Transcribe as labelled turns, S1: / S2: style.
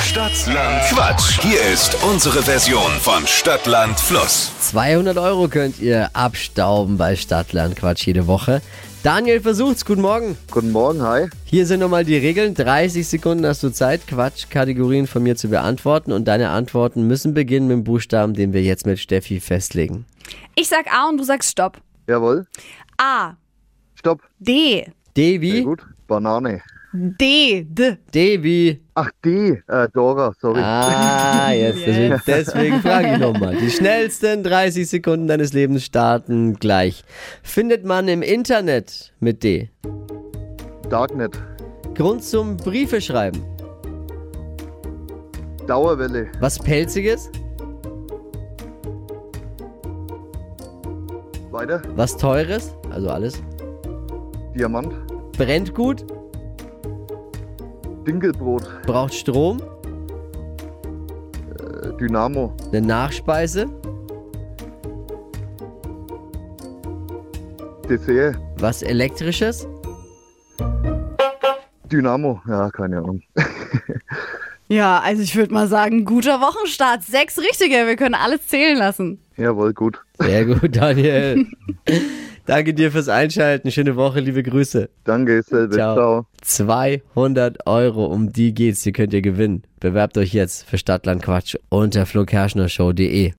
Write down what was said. S1: Stadtland Quatsch. Hier ist unsere Version von Stadtland Fluss.
S2: 200 Euro könnt ihr abstauben bei Stadtland Quatsch jede Woche. Daniel versucht's. Guten Morgen.
S3: Guten Morgen, hi.
S2: Hier sind nochmal die Regeln. 30 Sekunden hast du Zeit, Quatschkategorien von mir zu beantworten. Und deine Antworten müssen beginnen mit dem Buchstaben, den wir jetzt mit Steffi festlegen.
S4: Ich sag A und du sagst Stopp.
S3: Jawohl.
S4: A,
S3: Stopp.
S4: D,
S2: D
S3: Sehr
S2: wie?
S3: gut. Banane.
S4: D, D.
S2: D wie?
S3: Ach, die. Äh, Dora, sorry.
S2: Ah, jetzt. Deswegen, deswegen frage ich nochmal. Die schnellsten 30 Sekunden deines Lebens starten gleich. Findet man im Internet mit D.
S3: Darknet.
S2: Grund zum Briefe schreiben.
S3: Dauerwelle.
S2: Was Pelziges,
S3: Weiter.
S2: was Teures, also alles.
S3: Diamant.
S2: Brennt gut,
S3: Dinkelbrot.
S2: braucht Strom,
S3: Äh, Dynamo.
S2: eine Nachspeise,
S3: Dessert.
S2: was Elektrisches,
S3: Dynamo. Ja, keine Ahnung.
S4: Ja, also ich würde mal sagen, guter Wochenstart. Sechs richtige, wir können alles zählen lassen.
S3: Jawohl, gut.
S2: Sehr gut, Daniel. Danke dir fürs Einschalten. Schöne Woche, liebe Grüße.
S3: Danke, selbe.
S2: Ciao.
S3: äh, Ciao.
S2: 200 Euro, um die geht's. Die könnt ihr gewinnen. Bewerbt euch jetzt für Stadtland Quatsch unter flokerschnershow.de.